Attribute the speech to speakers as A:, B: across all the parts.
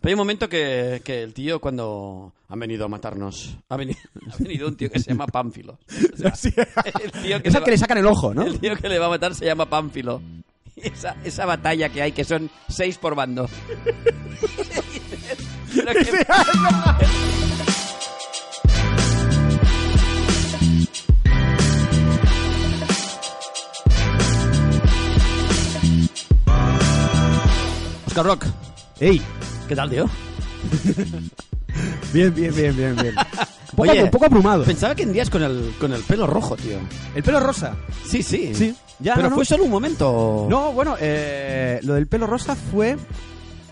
A: Pero hay un momento que, que el tío, cuando han venido a matarnos, ha veni- ha venido, un tío que se llama Pánfilo. O sea, el tío que
B: Es
A: le
B: al
A: va-
B: que le sacan el ojo, ¿no?
A: el tío que le va a matar se llama Pánfilo. Y esa, esa batalla que hay, que son seis por bando. Pero que- Oscar Rock,
B: ¡Ey!
A: ¿qué tal, tío?
B: Bien, bien, bien, bien, bien. Un poco,
A: Oye.
B: un poco abrumado.
A: Pensaba que andías con el, con el pelo rojo, tío.
B: El pelo rosa.
A: Sí, sí.
B: Sí. Ya,
A: Pero
B: no, no.
A: fue solo un momento.
B: No, bueno, eh, lo del pelo rosa fue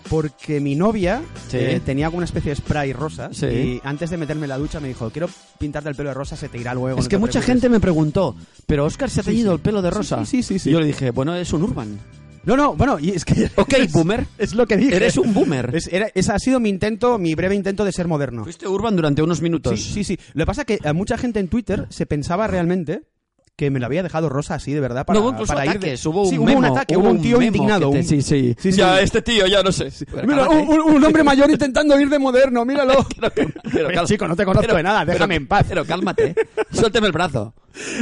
B: porque mi novia
A: Sí.
B: eh, tenía alguna especie de spray rosa
A: Sí.
B: y antes de meterme en la ducha me dijo, quiero pintarte el pelo de rosa, se te irá luego.
A: Es
B: no
A: que
B: te
A: mucha
B: preocupes".
A: gente me preguntó, pero Oscar se ha
B: Sí,
A: teñido
B: sí.
A: el pelo de
B: Sí,
A: rosa.
B: sí, sí, sí.
A: Y yo le dije, bueno, es un urban.
B: No, no, bueno, y es que...
A: Ok, boomer.
B: Es lo que dije.
A: Eres un boomer.
B: Es- era- ese ha sido mi intento, mi breve intento de ser moderno.
A: Fuiste urban durante unos
B: Sí,
A: minutos.
B: sí, sí. Lo que pasa es que a mucha gente en Twitter se pensaba realmente que me lo había dejado rosa así, de verdad, para,
A: no hubo incluso
B: para ir de-
A: ataques, hubo un
B: Sí,
A: memo,
B: un ataque, hubo un tío
A: memo
B: indignado.
A: que te-
B: un-
A: Sí, sí.
B: Sí, sí.
A: Ya, este tío, ya no sé. Pero
B: Mira,
A: cálmate.
B: un, un- un hombre mayor intentando ir de moderno, míralo.
A: Pero cálmate, pero
B: Oye,
A: cálmate.
B: chico, no te conozco
A: Pero-
B: de nada,
A: pero-
B: déjame en paz.
A: Pero cálmate. Suélteme el brazo.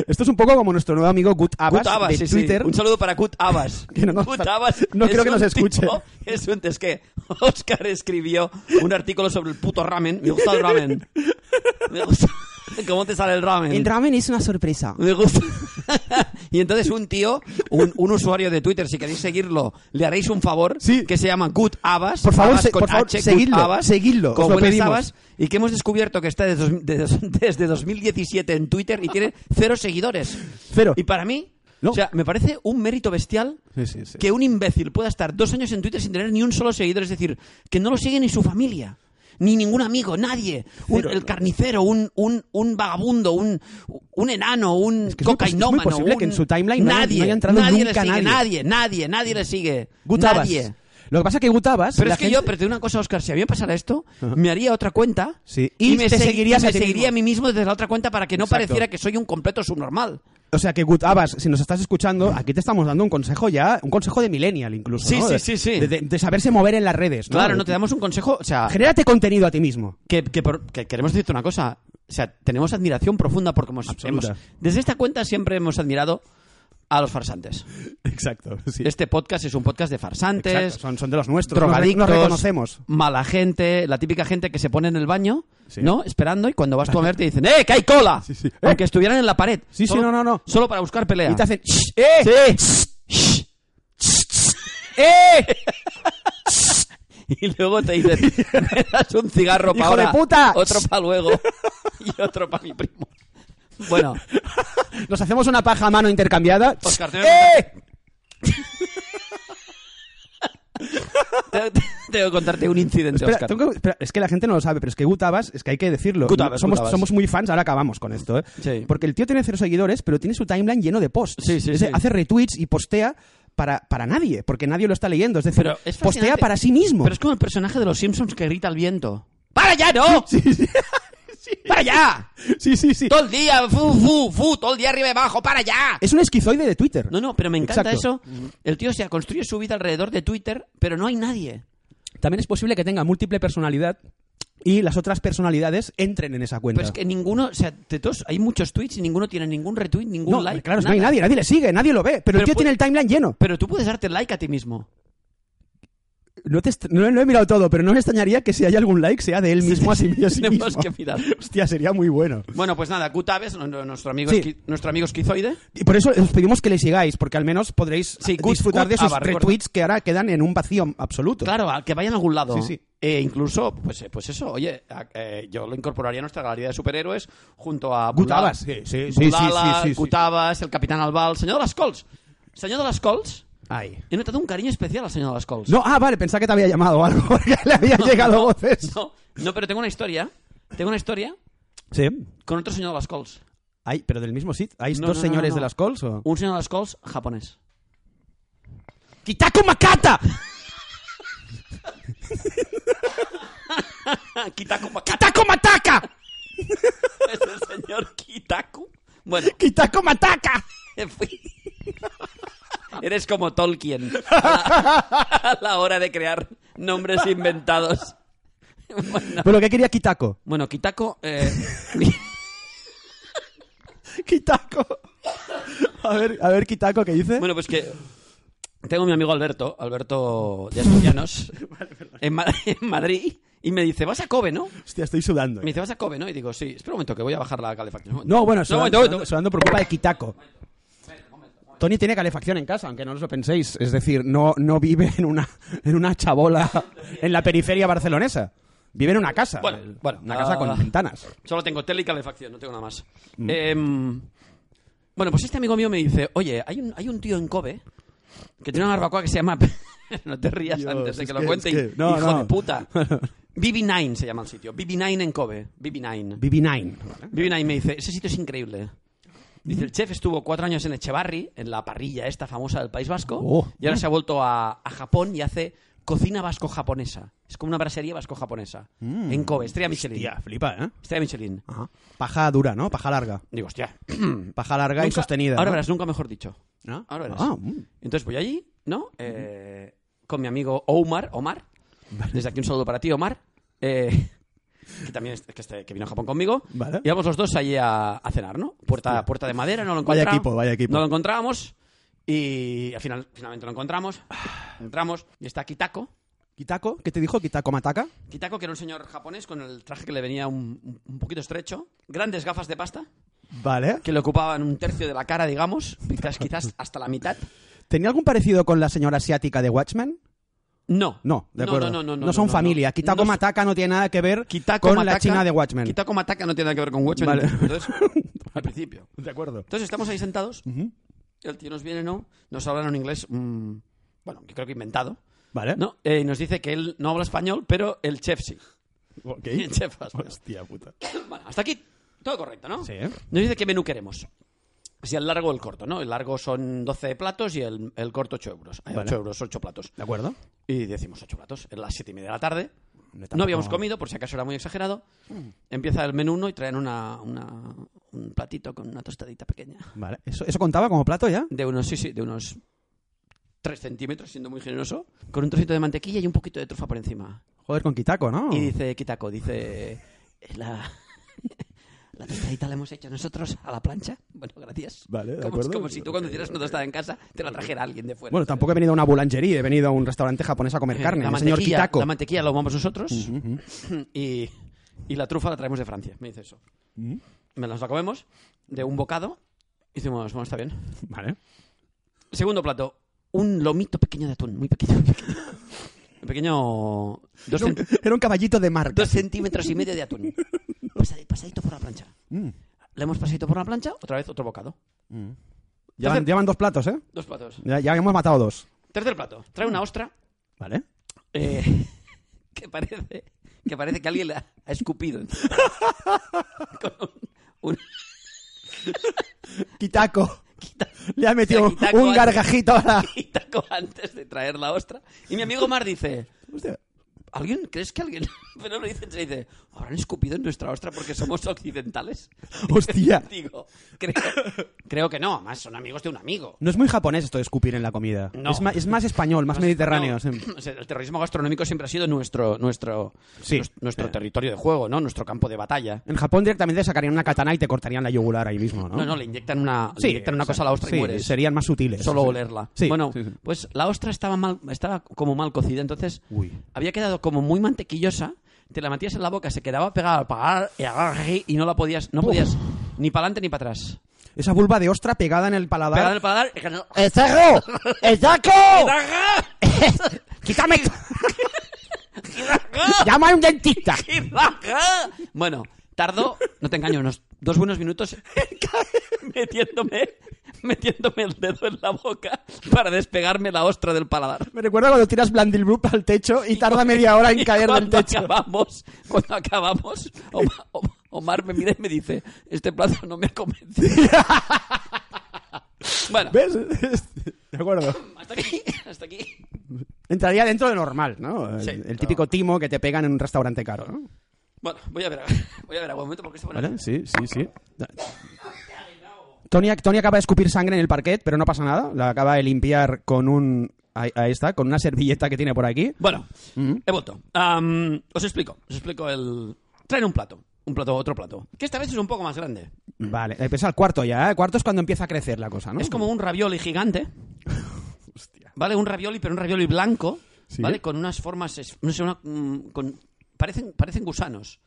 B: Esto es un poco como nuestro nuevo amigo Gut Abbas,
A: Kut Abbas,
B: de
A: sí, sí.
B: Twitter.
A: Un saludo para Kut Abbas.
B: Que no nos-
A: Kut Abbas
B: no
A: es
B: creo que nos
A: un
B: escuche.
A: tipo- es un es que Oscar escribió un artículo sobre el puto ramen. Me gusta el ramen. Me gusta. ¿Cómo te sale el ramen?
B: El ramen es una sorpresa.
A: Me gusta. y entonces un tío, un, un usuario de Twitter, si queréis seguirlo, le haréis un favor,
B: Sí.
A: que se llama Good Abbas.
B: Por favor,
A: Abbas
B: se-
A: con
B: por favor,
A: H, Good
B: seguidlo,
A: Abbas,
B: seguidlo, os
A: Con
B: lo
A: buenas
B: pedimos.
A: habas, y que hemos descubierto que está desde, dos- de dos- desde 2017 en Twitter y tiene cero seguidores.
B: Cero.
A: Y para mí,
B: No.
A: o sea, me parece un mérito bestial
B: Sí, sí, sí.
A: que un imbécil pueda estar dos años en Twitter sin tener ni un solo seguidor, es decir, que no lo sigue ni su familia, ni ningún amigo, nadie. Un-
B: Cero.
A: el carnicero, un, un, un vagabundo, un, un enano, un
B: Es que es muy posi- es muy
A: cocainómano.
B: posible
A: un-
B: que en su timeline no haya-
A: nadie,
B: no haya entrado
A: nadie
B: nunca
A: le sigue, nadie,
B: nadie.
A: nadie, nadie le sigue.
B: Gut Abbas.
A: nadie.
B: Lo que pasa es que Gut Abbas...
A: Pero
B: la
A: es que
B: gente-
A: yo, pero te digo una cosa, Oscar, si a mí me pasara esto, me haría otra cuenta
B: Sí, y
A: me,
B: te
A: segui-
B: seguirías
A: y me
B: a ti
A: seguiría a
B: mismo.
A: mí mismo desde la otra cuenta para que no
B: Exacto.
A: pareciera que soy un completo subnormal.
B: O sea que Gut Abbas, si nos estás escuchando, aquí te estamos dando un consejo ya, un consejo de millennial incluso.
A: Sí,
B: ¿no?
A: sí,
B: De-
A: sí, sí.
B: De, de- de saberse mover en las redes. ¿no?
A: Claro, no te damos un consejo, o sea,
B: Genérate contenido a ti mismo.
A: que, que por- que queremos decirte una cosa. O sea, tenemos admiración profunda porque hemos,
B: Absoluta.
A: hemos- Desde esta cuenta siempre hemos admirado a los farsantes.
B: Exacto. Sí.
A: Este podcast es un podcast de farsantes,
B: Exacto, son, son de los nuestros. Nos re-
A: drogadictos,
B: Nos reconocemos.
A: mala gente, la típica gente que se pone en el baño, ¿no? Esperando y cuando vas tú a ver te dicen ¡Eh, que hay cola!
B: sí. ¡Eh!
A: Aunque estuvieran en la pared.
B: Sí, sí,
A: Solo-
B: no, no, no.
A: Solo para buscar pelea.
B: Y te hacen... "Shh, ¡Eh!
A: Sí. Shh. ¡Eh! y luego te dicen, me das un cigarro para
B: ¡Hijo de
A: ahora,
B: puta!
A: otro para luego y otro para mi primo. Bueno,
B: Nos hacemos una paja a mano intercambiada.
A: Oscar, te voy a
B: ¡Eh!
A: contar- te- te- tengo que contarte un incidente,
B: Espera,
A: Oscar.
B: tengo que- espera, es que la gente no lo sabe, pero es que Gutabas, es que hay que decirlo.
A: Gut Abbas,
B: somos,
A: Gut Abbas.
B: somos muy fans, ahora acabamos con esto. ¿eh?
A: Sí.
B: Porque el tío tiene cero seguidores, pero tiene su timeline lleno de posts.
A: Sí, sí,
B: Es decir,
A: sí.
B: Hace retweets y postea para, para nadie, porque nadie lo está leyendo. Es decir,
A: Pero es
B: postea
A: fascinante.
B: para sí mismo.
A: Pero es como el personaje de los Simpsons que grita al viento. ¡Para ya, no! ¡Para ya!
B: Sí, sí, sí.
A: Todo el día, fu, fu, fu, todo el día arriba y abajo, para ya.
B: Es un esquizoide de Twitter.
A: No, no, pero me encanta
B: Exacto.
A: eso. El tío se ha construido su vida alrededor de Twitter, pero no hay nadie.
B: También es posible que tenga múltiple personalidad y las otras personalidades entren en esa cuenta.
A: Pero es que ninguno, o sea, de todos, hay muchos tweets y ninguno tiene ningún retweet, ningún
B: no,
A: like.
B: claro, no
A: nada.
B: hay nadie, nadie le sigue, nadie lo ve, pero,
A: Pero
B: el tío
A: pu-
B: tiene el timeline lleno.
A: Pero tú puedes darte like a ti mismo.
B: No, te est- no lo he mirado todo, pero no me extrañaría que si hay algún like sea de él mismo a sí, a sí mismo.
A: Tenemos que mirar.
B: Hostia, sería muy bueno.
A: Bueno, pues nada, Kutaves, nuestro amigo,
B: Sí.
A: esqui- nuestro amigo esquizoide.
B: Y por eso os pedimos que le sigáis, porque al menos podréis
A: Sí, good-
B: disfrutar
A: good
B: de esos
A: Abba, recuerda.
B: retweets que ahora quedan en un vacío absoluto.
A: Claro, a- que vayan a algún lado.
B: Sí, sí.
A: Eh, incluso, pues, eh, pues eso, oye, a- eh, yo lo incorporaría a nuestra galería de superhéroes junto a
B: Gut
A: Bulala-
B: Abbas, sí, sí, sí, sí,
A: Bulala,
B: sí, sí, sí.
A: Gut Abbas, el Capitán Albal, Señor de las Cols. Señor de las Cols
B: Ahí.
A: He notado un cariño especial al señor Scholes.
B: No, ah, vale, pensaba que te había llamado o algo, porque le había llegado voces.
A: No, no, pero tengo una historia. Tengo una historia
B: Sí.
A: con otro señor de las Cols.
B: Ay, pero del mismo sitio. ¿Hay
A: No,
B: dos
A: no, no,
B: señores
A: no.
B: de las Cols o...?
A: Un señor de las Cols japonés.
B: ¡Kitako Makata!
A: Ah, Kitaku Makata.
B: ¡Kitako Mataka!
A: Es el señor Kitaku. Bueno,
B: ¡Kitako Mataka!
A: me fui. Eres como Tolkien a la, a la hora de crear nombres inventados. Bueno,
B: ¿Pero qué quería Kitako?
A: bueno Kitako. eh,
B: ¡Kitako! A ver, a ver, Kitako, ¿qué dice?
A: bueno, pues que. Tengo a mi amigo Alberto, Alberto de Asturianos, en, Ma- en Madrid, y me dice: Vas a Kobe, ¿no?
B: Hostia, estoy sudando.
A: Me dice, vas a Kobe, ¿no? Y digo, sí, espera un momento, que voy a bajar la calefacción. Un momento.
B: No, bueno,
A: un
B: sudando,
A: momento, un
B: sudando,
A: momento.
B: sudando por culpa de Kitako. Tony tiene calefacción en casa, aunque no os lo penséis. Es decir, no, no vive en una, en una chabola en la periferia barcelonesa. Vive en una casa.
A: Bueno, bueno,
B: una casa
A: ah.
B: con ventanas.
A: Solo tengo tele y calefacción, no tengo nada más.
B: Mm.
A: Em, bueno, pues este amigo mío me dice, oye, hay un, hay un tío en Kobe que tiene una barbacoa que se llama... no te rías
B: Dios,
A: antes de
B: es
A: que lo
B: que-
A: cuente,
B: es que- no,
A: hijo
B: no.
A: de puta. BB9 se llama el sitio, BB9 en Kobe, BB9.
B: BB9.
A: Viven ahí y me dice, ese sitio es increíble. Dice, el chef estuvo cuatro años en Echevarri, en la parrilla esta famosa del País Vasco,
B: Oh.
A: y ahora se ha vuelto a, a Japón y hace cocina vasco-japonesa. Es como una brasería vasco-japonesa. En Kobe, estrella Michelin.
B: Tía, flipa, ¿eh?
A: Estrella Michelin.
B: Ajá. Paja dura, ¿no? Paja larga.
A: Digo, hostia.
B: Paja larga y
A: Nunca-
B: sostenida.
A: Ahora
B: ¿no?
A: verás, nunca mejor dicho.
B: ¿No?
A: Ahora verás.
B: Ah, mm.
A: Entonces voy allí, ¿no? Eh, con mi amigo Omar, Omar. Desde aquí un saludo para ti, Omar. Eh, que también es- que, este- que vino a Japón conmigo.
B: Vale.
A: Y vamos los dos allí a, a cenar, ¿no? Puerta, puerta de madera, no lo
B: Vaya
A: encontramos.
B: equipo, vaya equipo.
A: No lo encontrábamos. Y al final, finalmente lo encontramos. Entramos. Y está Kitako.
B: ¿Kitako? ¿Qué te dijo? ¿Kitako Mataka?
A: Kitako, que era un señor japonés con el traje que le venía un, un poquito estrecho. Grandes gafas de pasta,
B: Vale.
A: que le ocupaban un tercio de la cara, digamos. Quizás, quizás hasta la mitad.
B: ¿Tenía algún parecido con la señora asiática de Watchmen?
A: No.
B: No, de acuerdo.
A: No, no, no, no,
B: son
A: no,
B: familia.
A: no.
B: Kitako
A: No,
B: Mataka no tiene nada que ver
A: Kitako
B: con la
A: Mataka-
B: china de Watchmen.
A: Kitako Mataka no tiene nada que ver con Watchmen.
B: Vale.
A: Entonces, al principio.
B: De acuerdo.
A: Entonces estamos ahí sentados. El tío nos viene, ¿no? Nos hablan un inglés, mm, bueno, que creo que inventado.
B: Vale.
A: ¿no? Eh, y nos dice que él no habla español, pero el chef sí.
B: Ok.
A: El chef habla.
B: Hostia puta.
A: Bueno, hasta aquí todo correcto, ¿no?
B: Sí.
A: Nos dice qué menú queremos. Si el largo o el corto, ¿no? El largo son 12 platos y el, el corto 8 euros. Hay 8 euros, 8 platos.
B: ¿De acuerdo?
A: Y decimos 8 platos. En las 7 y media de la tarde.
B: tampoco-
A: No habíamos comido, por si acaso era muy exagerado. Empieza el menú 1 y traen una, una- un platito con una tostadita pequeña.
B: Vale. ¿Eso, eso contaba como plato ya?
A: De unos, sí, sí, de unos 3 centímetros, siendo muy generoso. Con un trocito de mantequilla y un poquito de trufa por encima.
B: Joder, con Kitako, ¿no?
A: Y dice Kitako, dice... La, la tostadita la hemos hecho nosotros a la plancha. Bueno, gracias.
B: Vale, de
A: como,
B: acuerdo.
A: como si tú cuando hicieras una tostada en casa te la trajera alguien de fuera.
B: Bueno, tampoco he venido a una boulangerie, he venido a un restaurante japonés a comer carne.
A: Eh, La
B: el señor
A: mantequilla-
B: Kitako.
A: La mantequilla la ahumamos nosotros y, y la trufa la traemos de Francia, me dice eso. Me las la comemos de un bocado y decimos, bueno, está bien.
B: Vale.
A: Segundo plato, un lomito pequeño de atún, muy pequeño, muy pequeño. Un pequeño... Dos,
B: Era un,
A: cen-
B: era un caballito de marca.
A: dos centímetros y medio de atún. Pasadi- pasadito por la plancha.
B: Mm.
A: Le hemos pasadito por la plancha, otra vez otro bocado.
B: Llevan, llevan dos platos, ¿eh?
A: Dos platos.
B: Ya, ya hemos matado dos.
A: Tercer plato, trae una ostra
B: Vale.
A: Eh, que parece que parece que alguien la ha escupido con un, un
B: Kitako.
A: quita-
B: Le ha metido
A: O sea, Kitako eh.
B: un
A: hace-
B: gargajito a la.
A: quitaco antes de traer la ostra y mi amigo Mar dice
B: Hostia.
A: ¿Alguien? ¿Crees que alguien? Pero lo dice, se dice, ¿habrán escupido en nuestra ostra porque somos occidentales?
B: Hostia.
A: Digo, creo, creo que no, más son amigos de un amigo.
B: No es muy japonés esto de escupir en la comida.
A: No.
B: Es, más, es más español, más
A: No,
B: mediterráneo. sí.
A: no. O sea, el terrorismo gastronómico siempre ha sido nuestro, nuestro,
B: Sí.
A: nuestro, nuestro
B: Eh.
A: territorio de juego, ¿no? Nuestro campo de batalla.
B: En Japón directamente sacarían una katana y te cortarían la yugular ahí mismo, ¿no?
A: No, no, le inyectan una, le inyectan una
B: o sea,
A: cosa a la ostra
B: sí,
A: y mueres.
B: Serían más sutiles.
A: Solo
B: Sí.
A: olerla.
B: Sí.
A: bueno,
B: sí, sí.
A: pues la ostra estaba mal, estaba como mal cocida, entonces
B: Uy.
A: había quedado como muy mantequillosa. Te la metías en la boca, se quedaba pegada al pagar y no la podías, no podías ni para adelante ni para atrás.
B: Esa vulva de ostra pegada en el paladar.
A: Pegada en el paladar.
B: ¡El cerro! ¡El saco! ¡Quítame! ¡Llama a un dentista!
A: Bueno, tardó, no te engaño, unos dos buenos minutos metiéndome, metiéndome el dedo en la boca para despegarme la ostra del paladar.
B: Me recuerda cuando tiras Blandilbrup al techo y tarda media hora en
A: Y
B: caer del
A: cuando
B: techo.
A: Acabamos, cuando acabamos, Oma- Oma- Omar, me mira y me dice, este plato no me ha convencido. bueno,
B: ¿Ves? De acuerdo.
A: hasta aquí, hasta aquí.
B: Entraría dentro de normal, ¿no? El,
A: Sí.
B: el típico timo que te pegan en un restaurante caro, ¿no?
A: Bueno, voy a ver, voy a ver agua un momento porque se pone...
B: ¿Vale? Sí, sí, sí. Tony, Tony acaba de escupir sangre en el parquet, pero no pasa nada. La acaba de limpiar con un... Ahí, ahí está, con una servilleta que tiene por aquí.
A: Bueno, he vuelto. Am, os explico, os explico el... Traen un plato, un plato, otro plato, que esta vez es un poco más grande.
B: Vale, empieza el cuarto ya, ¿eh? El cuarto es cuando empieza a crecer la cosa, ¿no?
A: Es como un ravioli gigante. ¿Vale? Un ravioli, pero un ravioli blanco. ¿Vale? Con unas formas. es- No sé, una- mm, con- parecen, parecen gusanos.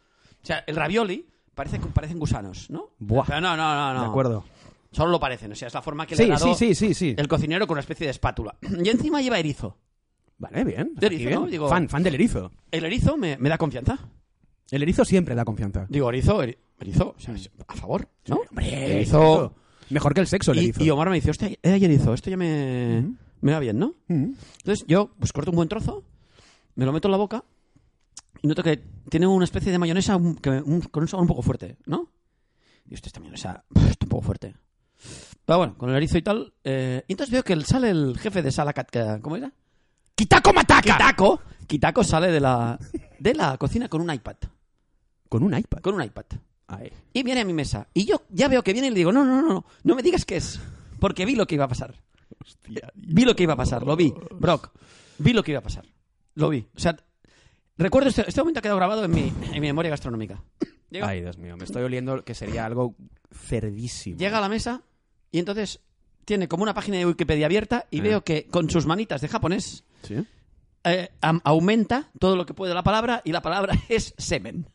A: O sea, el ravioli parece, parecen gusanos, ¿no?
B: Buah.
A: Pero no, no, no, no.
B: De acuerdo.
A: Solo lo parecen. O sea, es la forma que
B: Sí,
A: le ha
B: sí,
A: dado
B: sí, sí, sí.
A: el cocinero con una especie de espátula. Y encima lleva erizo.
B: Vale, bien.
A: De erizo,
B: Aquí bien.
A: ¿no? Digo-
B: Fan, fan del erizo.
A: El erizo me, me da confianza.
B: El erizo siempre da confianza.
A: Digo, erizo, eri- erizo. o sea, es- a favor, ¿no?
B: Hombre,
A: erizo.
B: Mejor que el sexo, el
A: Y,
B: erizo.
A: y Omar me dice, hostia, eh, hay erizo, esto ya me, me va bien, ¿no? Entonces yo pues corto un buen trozo, me lo meto en la boca y noto que tiene una especie de mayonesa un- que me- un- con un sabor un poco fuerte, ¿no? Y hostia, esta mayonesa pf, está un poco fuerte. Pero bueno, con el erizo y tal. eh, y entonces veo que el- sale el jefe de sala, cat- que- ¿cómo era?
B: ¡Kitako Mataka!
A: Kitaco. Kitaco sale de la, de la cocina con un iPad.
B: Con un iPad.
A: Con un iPad.
B: Ahí.
A: Y viene a mi mesa. Y yo ya veo que viene y le digo, no, no, no, no, no me digas qué es. Porque vi lo que iba a pasar. vi lo que iba a pasar, lo vi. Brock, vi lo que iba a pasar. Lo vi. O sea, recuerdo, este, este momento ha quedado grabado en mi, en mi memoria gastronómica. Llega,
B: Ay, Dios mío, me estoy oliendo que sería algo cerdísimo.
A: llega a la mesa y entonces tiene como una página de Wikipedia abierta
B: Ah.
A: y veo que con sus manitas de japonés
B: ¿Sí?
A: eh, am- aumenta todo lo que puede la palabra y la palabra es semen.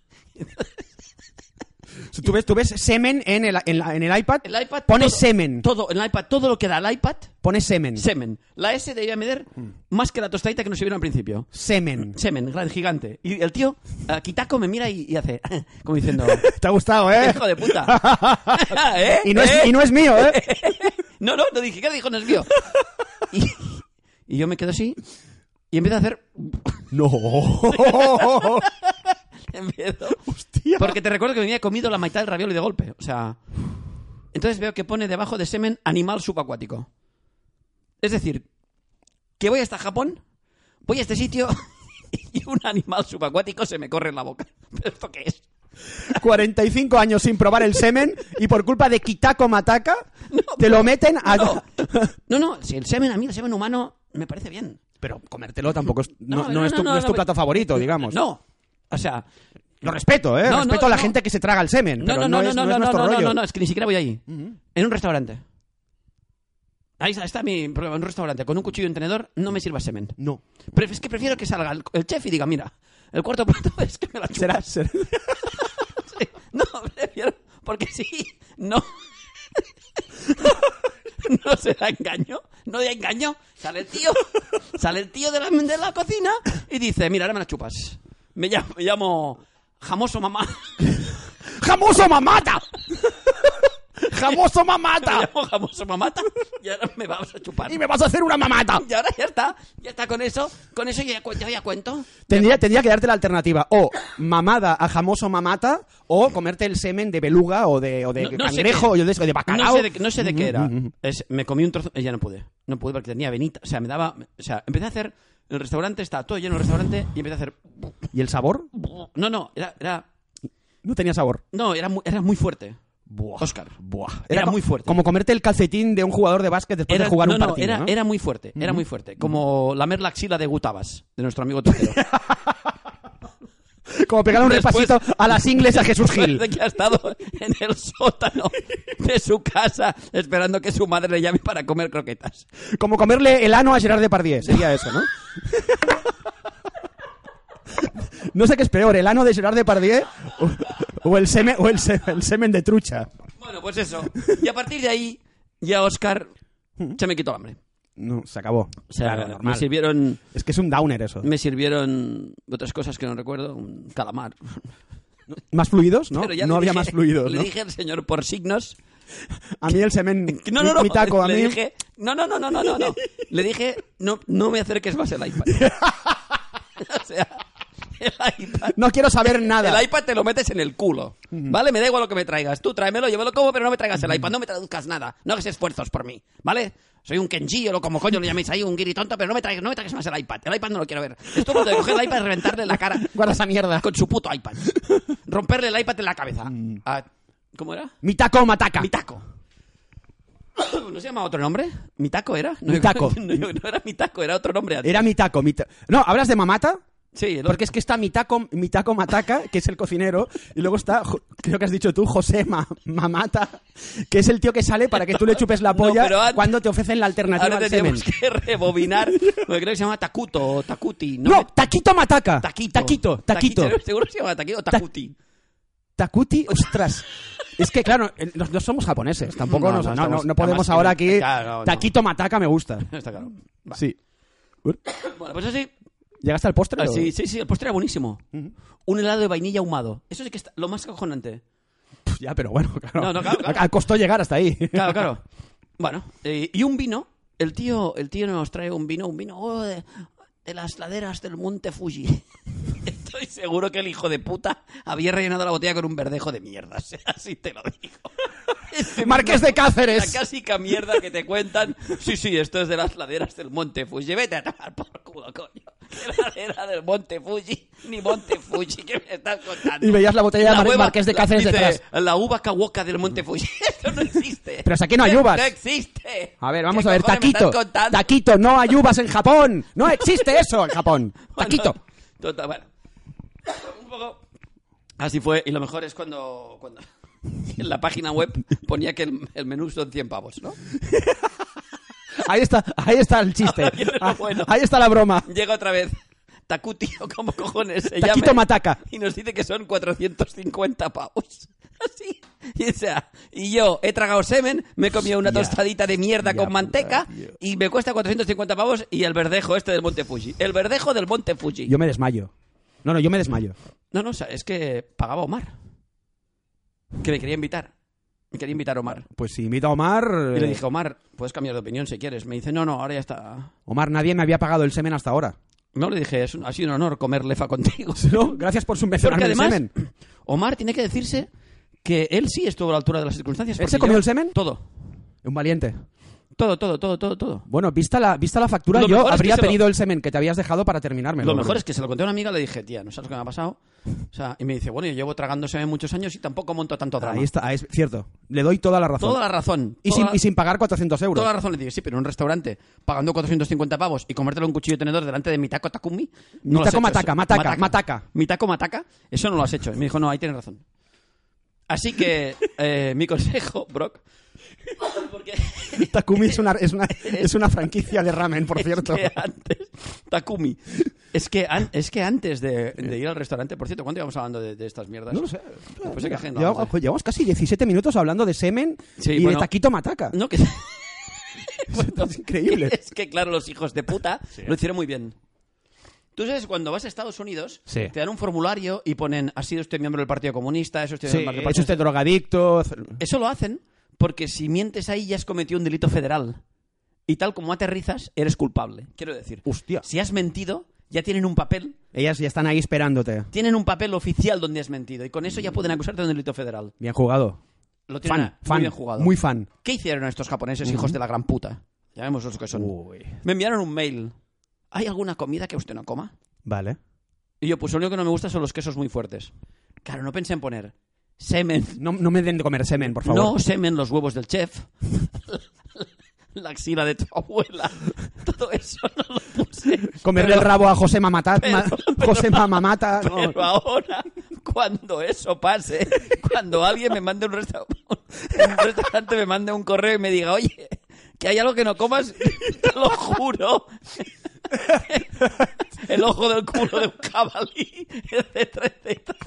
B: Tú ves, tú ves semen en el, en la- en el iPad.
A: El iPad...
B: pone
A: todo-
B: semen.
A: Todo, el iPad, todo lo que da el iPad
B: Pone semen.
A: Semen. La S debía medir
B: Hmm.
A: más que la tostadita que nos sirvieron al principio.
B: semen.
A: Semen, gran gigante. Y el tío, eh, Kitako, me mira y, y hace, como diciendo,
B: Te ha gustado, ¿eh?
A: hijo de puta. ¿Eh?
B: Y no, es,
A: ¿Eh?
B: y no es mío, ¿eh?
A: No, no, no dije, ¿qué dijo? No es mío. Y, y yo me quedo así y empiezo a hacer...
B: No.
A: empiezo-
B: Hostia.
A: Porque te recuerdo que me había comido la mitad del ravioli de golpe. O sea... Entonces veo que pone debajo de semen animal subacuático. Es decir, que voy hasta Japón, voy a este sitio y un animal subacuático se me corre en la boca. ¿Pero esto qué es?
B: 45 años sin probar el semen y por culpa de Kitako Mataka te lo meten a...
A: No, no, no, si el semen a mí, el semen humano, me parece bien.
B: Pero comértelo tampoco es... No,
A: No,
B: no
A: no,
B: es tu,
A: no,
B: no es tu
A: no,
B: plato favorito, digamos.
A: No. O sea,
B: Lo respeto, ¿eh?
A: No, no,
B: respeto a la
A: no.
B: gente que se traga el semen.
A: no, no,
B: pero
A: no,
B: es,
A: no,
B: es
A: no, no,
B: nuestro
A: no,
B: rollo.
A: no, no, es que ni siquiera voy ahí. En un restaurante. Ahí está, está mi problema, en un restaurante, con un cuchillo y un tenedor, no me sirva semen.
B: No.
A: Pero es que prefiero que salga el, el chef y diga, mira, el cuarto plato es que me la chupas.
B: Será, será-
A: Sí. No, prefiero. Porque sí, no. No será engaño. No hay engaño. Sale el tío. Sale el tío de la, de la cocina y dice: Mira, ahora me la chupas. Me llamo, me llamo Jamoso Mamá.
B: ¡Jamoso mamata! ¡Jamoso mamata!
A: Me llamo Jamoso Mamata. Y ahora me vamos a chupar.
B: ¡Y me vas a hacer una mamata!
A: Y ahora ya está. Ya está con eso. Con eso yo ya, cu- yo ya cuento.
B: Tendría, tendría que darte la alternativa. O mamada a jamoso mamata, o comerte el semen de beluga o de, o de
A: No- no sé
B: cangrejo
A: qué-
B: o de, o de
A: No
B: bacalao.
A: sé de, no sé de qué era. Es- me comí un trozo. eh, Ya no pude. No pude porque tenía venita. O sea, me daba. O sea, empecé a hacer. El restaurante estaba todo lleno el restaurante y empecé a hacer.
B: ¿Y el sabor?
A: No, no, era. era
B: No tenía sabor.
A: no, era muy, era muy fuerte.
B: Buah.
A: Oscar.
B: Buah.
A: Era
B: co-
A: muy fuerte.
B: Como comerte el calcetín de un jugador de básquet después
A: Era,
B: de jugar
A: no,
B: un
A: no,
B: partido.
A: era,
B: ¿no?
A: era muy fuerte, era muy fuerte. Como lamer la axila de Gutabas, de nuestro amigo Totero.
B: Como pegar un
A: Después-
B: repasito a las ingles a Jesús Gil.
A: Parece que ha estado en el sótano de su casa esperando que su madre le llame para comer croquetas.
B: Como comerle el ano a Gerard Depardieu. Sería eso, ¿no? No sé qué es peor, el ano de Gerard Depardieu o, o el semen, o el se- el semen de trucha.
A: Bueno, pues eso. Y a partir de ahí, ya Oscar se me quitó el hambre.
B: No, se acabó.
A: O sea,
B: Claro, normal.
A: me sirvieron
B: Es que es un downer eso.
A: me sirvieron otras cosas que no recuerdo, un calamar.
B: Más fluidos, ¿no?
A: Pero ya
B: No
A: le
B: había
A: dije-
B: más fluidos,
A: Le
B: ¿no?
A: dije al señor por signos.
B: A mí el semen.
A: No, no, no.
B: mi taco, a
A: le
B: mí.
A: dije. No, no, no, no, no, no. no. Le dije, no, no me acerques más el iPad. o sea, el iPad.
B: No quiero saber nada.
A: El iPad te lo metes en el culo. ¿Vale? Me da igual lo que me traigas. Tú tráemelo, yo me lo como, pero no me traigas el iPad. No me traduzcas nada. No hagas esfuerzos por mí. ¿Vale? Soy un Kenji o lo como coño lo llaméis ahí, un guiri tonto, pero no me, traigas, no me traigas más el iPad. El iPad no lo quiero ver. Esto lo de coger el iPad y reventarle la cara.
B: Guarda esa mierda.
A: Con su puto iPad. Romperle el iPad en la cabeza.
B: Mm.
A: Ah, ¿Cómo era?
B: Mi taco mataca.
A: Mi taco. ¿No se llama otro nombre? ¿Mi taco era? No,
B: Mi taco.
A: No, yo- no era mi taco, era otro nombre. antes.
B: Era mi taco. mi ta- No, ¿hablas de mamata?
A: Sí, el
B: Porque es que está mi taco, mi taco mataca, que es el cocinero, y luego está, jo- creo que has dicho tú, José Ma- Mamata, que es el tío que sale para que tú le chupes la
A: No,
B: polla
A: pero antes-
B: cuando te ofrecen la alternativa
A: Ahora
B: al semen.
A: tenemos que rebobinar. Porque creo que se llama Takuto o Takuti.
B: No,
A: me-
B: taquito mataca.
A: Taquito.
B: taquito, taquito.
A: Seguro se llama Taquito o Takuti.
B: Takuti, ostras. Es que, claro, eh, no, no somos japoneses, tampoco
A: No,
B: nos-
A: no,
B: no, no,
A: estamos-
B: no
A: además
B: podemos
A: que
B: ahora
A: no-
B: aquí.
A: ya, no, no.
B: Taquito mataca me gusta.
A: Está claro.
B: Sí.
A: Bueno, pues así.
B: ¿Llegaste al postre?
A: Ah,
B: o-
A: sí, sí, sí, el postre era buenísimo. Un helado de vainilla ahumado. Eso sí que está lo más acojonante.
B: Pff, Ya, pero bueno, claro.
A: No, no, claro, claro.
B: A- a- Costó llegar hasta ahí.
A: Claro, claro. Bueno, eh, y un vino. El tío, el tío nos trae un vino, un vino oh, de, de las laderas del monte Fuji. Estoy seguro que el hijo de puta había rellenado la botella con un verdejo de mierda. o sea, Así te lo digo. Este
B: Marqués de
A: La
B: Cáceres.
A: clásica mierda que te cuentan. Sí, sí, esto es de las laderas del Monte Fuji. Vete a tomar por culo, coño. De la ladera del Monte Fuji. Ni Monte Fuji, ¿qué me estás contando?
B: Y veías la botella de Mar-
A: hueva-
B: Marqués de Cáceres
A: dice,
B: detrás.
A: La uva cahuaca del Monte Fuji. Eso no existe.
B: Pero si aquí no hay
A: No-
B: uvas.
A: No existe.
B: A ver, vamos
A: ¿Qué
B: a ver,
A: cojones me
B: taquito.
A: estás contando?
B: Taquito, no hay uvas en Japón. No existe eso en Japón.
A: Bueno,
B: Taquito.
A: total, bueno. Un poco. Así fue, y lo mejor es cuando, cuando en la página web ponía que el, el menú son 100 pavos, ¿no?
B: Ahí está, ahí está el chiste.
A: Ahora viene lo
B: Ah,
A: bueno.
B: Ahí está la broma.
A: Llega otra vez Takuti o como cojones se
B: Taquito
A: llame,
B: Mataca.
A: Y nos dice que son 450 pavos. Así. Y, o sea, y yo he tragado semen, me he comido una tostadita de mierda con manteca y me cuesta 450 pavos y el verdejo este del Monte Fuji. El verdejo del Monte Fuji.
B: Yo me desmayo. No, no, yo me desmayo.
A: No, no, o sea, es que pagaba Omar. Que me quería invitar. Me quería invitar a Omar.
B: Pues si invito a Omar.
A: Y
B: eh,
A: le dije, Omar, puedes cambiar de opinión si quieres. Me dice, no, no, ahora ya está.
B: Omar, nadie me había pagado el semen hasta ahora.
A: No, le dije, "Es un- ha sido un honor comer lefa contigo.
B: ¿No? Gracias por
A: Porque
B: subvencionarme el
A: además,
B: semen.
A: Omar tiene que decirse que él sí estuvo a la altura de las circunstancias.
B: ¿Él
A: porque
B: se comió
A: yo-
B: el semen?
A: Todo.
B: Un valiente.
A: Todo, todo, todo, todo, todo.
B: Bueno, vista la, vista la factura,
A: Lo
B: yo
A: mejor es que
B: habría
A: se lo-
B: pedido el semen que te habías dejado para terminarme.
A: Lo mejor es que se lo conté a una amiga, le dije, tía, no sabes lo que me ha pasado. O sea, y me dice, bueno, yo llevo tragándose muchos años y tampoco monto tanto drama.
B: Ahí está, ah, es cierto. Le doy toda la razón.
A: Toda la razón.
B: y,
A: toda-
B: sin, y sin pagar 400 euros.
A: Toda la razón le digo, sí, pero en un restaurante, pagando 450 pavos y comértelo un cuchillo de tenedor delante de mi taco takumi.
B: Mi
A: lo has
B: taco
A: hecho,
B: mataca,
A: eso.
B: mataca, mataca.
A: Mi taco mataca, eso no lo has hecho. Y me dijo, no, ahí tienes razón. Así que, eh, mi consejo, Brock. Porque
B: Takumi es una, es, una, es una franquicia de ramen, por cierto.
A: que antes. Takumi. Es que, an- es que antes de, de ir al restaurante, por cierto, ¿cuánto íbamos hablando de, de estas mierdas?
B: No lo sé.
A: Pues hay que agendar,
B: Llevamos,
A: vamos a ver.
B: llevamos casi 17 minutos hablando de semen
A: Sí,
B: y
A: bueno.
B: de taquito mataca.
A: No, que.
B: Es increíble.
A: Es que, claro, los hijos de puta lo hicieron muy bien. Tú sabes, cuando vas a Estados Unidos,
B: Sí.
A: te dan un formulario y ponen, ha sido usted miembro del Partido Comunista, eso usted
B: Sí,
A: miembro del
B: es
A: Partido
B: usted drogadicto.
A: Eso lo hacen porque si mientes ahí ya has cometido un delito federal. Y tal como aterrizas, eres culpable. Quiero decir,
B: Hostia.
A: si has mentido, ya tienen un papel,
B: Ellas ya están ahí esperándote.
A: tienen un papel oficial donde has mentido. Y con eso ya pueden acusarte de un delito federal.
B: Bien jugado.
A: Lo tienen
B: Fan,
A: muy
B: fan.
A: bien jugado.
B: Muy fan.
A: ¿Qué hicieron estos japoneses, hijos de la gran puta? Ya vemos los que son.
B: Uh.
A: Me enviaron un mail. ¿Hay alguna comida que usted no coma?
B: Vale.
A: Y yo, pues lo único que no me gusta son los quesos muy fuertes. Claro, no pensé en poner semen,
B: No, no me den de comer semen, por favor.
A: no semen los huevos del chef, la axila de tu abuela, todo eso no lo puse.
B: Comerle el
A: Pero-
B: rabo a José Mamata.
A: Pero-
B: ma-
A: pero-
B: José Mamamata. no.
A: Pero ahora, cuando eso pase, cuando alguien me mande un, resta- un restaurante, me mande un correo y me diga, oye, que hay algo que no comas, te lo juro. El ojo del culo de un jabalí, etcétera, etcétera.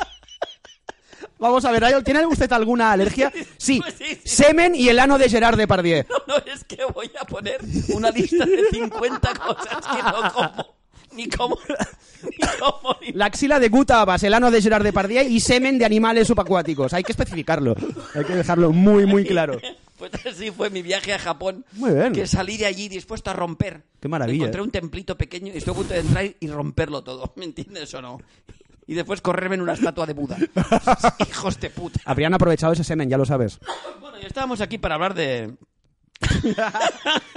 B: Vamos a ver, Ayol, ¿tiene usted alguna alergia? Sí.
A: Pues sí, sí.
B: Semen y el ano de Gerard Depardieu.
A: No, es que voy a poner una lista de 50 cosas que no como. Ni como. Ni
B: La axila de Gutabas, el ano de Gerard Depardieu y semen de animales subacuáticos. Hay que especificarlo. Hay que dejarlo muy, muy claro.
A: Pues así fue mi viaje a Japón.
B: Muy bien.
A: Que salí de allí dispuesto a romper.
B: Qué maravilla. ¿eh?
A: Encontré un templito pequeño y estuve a punto de entrar y romperlo todo. ¿Me entiendes o no? Y después correrme en una estatua de Buda. Hijos de puta.
B: Habrían aprovechado ese semen, ya lo sabes.
A: Bueno, y estábamos aquí para hablar de...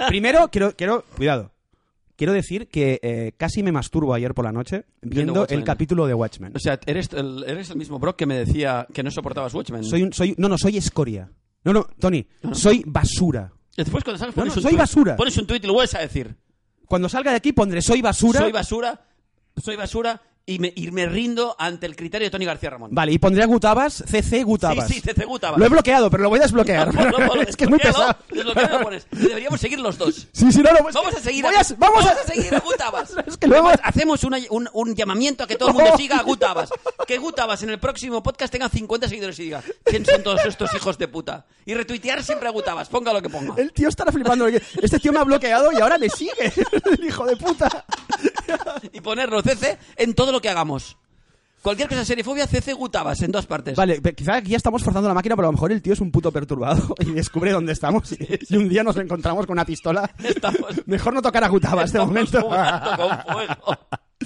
B: Primero, quiero, quiero, cuidado. Quiero decir que eh, casi me masturbo ayer por la noche
A: Viendo
B: viendo
A: Watchmen.
B: el capítulo de Watchmen.
A: O sea, eres el, eres el mismo Brock que me decía que no soportabas Watchmen.
B: Soy un, soy, no, no, soy escoria. No, no, Tony, soy basura.
A: Después cuando sales
B: No,
A: pones
B: no,
A: un
B: soy
A: tuit-
B: basura.
A: Pones un tuit y lo vuelves a decir.
B: Cuando salga de aquí pondré soy basura.
A: Soy basura, soy basura y me, y me rindo ante el criterio de Tony García Ramón.
B: Vale, y pondré a Gutabas, CC Gutabas.
A: Sí, sí, te, te gustaba.
B: Lo he bloqueado, pero lo voy a desbloquear.
A: Ponlo, ponlo,
B: es que es muy
A: desbloquéalo,
B: pesado.
A: desbloquéalo y lo pones. Y Deberíamos seguir los dos.
B: Sí, sí, no, no, es
A: Vamos
B: que
A: a seguir.
B: voy
A: a-
B: a- vamos, a,
A: seguir a Gutabas.
B: Es que luego-
A: Hacemos una- un, un llamamiento a que todo el mundo siga a Gutabas. Que Gutabas en el próximo podcast tenga 50 seguidores y diga: ¿Quién son todos estos hijos de puta? Y retuitear siempre a Gutabas. Ponga lo que ponga.
B: El tío estará flipando. porque Este tío me ha bloqueado y ahora me sigue. El hijo de puta.
A: Y ponerlo CC en todo lo que hagamos. Cualquier cosa serifobia, CC Gutabas en dos partes.
B: Vale, pe- quizá aquí ya estamos forzando la máquina, pero a lo mejor el tío es un puto perturbado y descubre dónde estamos. Y un día nos encontramos con una pistola.
A: Estamos-
B: Mejor no tocar a Gutaba este
A: Estamos
B: momento.
A: jugando con fuego.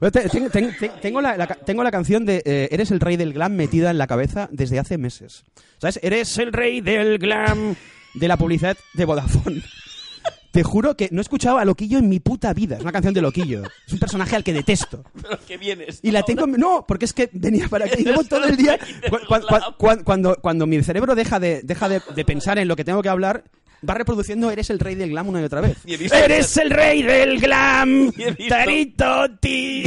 B: Bueno, te- ten- ten- ten- Tengo la, la ca- tengo la canción de eh, Eres el rey del glam metida en la cabeza desde hace meses. ¿Sabes? Eres el rey del glam de la publicidad de Vodafone. Te juro que no he escuchado a Loquillo en mi puta vida. Es una canción de Loquillo. Es un personaje al que detesto.
A: Pero que vienes.
B: Y la tengo... No, porque es que venía para aquí. Llevo todo el día... cu- cu- cu- cu- cuando, cuando mi cerebro deja, de, deja de, de pensar en lo que tengo que hablar, va reproduciendo Eres el rey del glam una y otra vez.
A: Y he visto-
B: Eres el rey del glam.
A: Y he visto-
B: Tarito ti.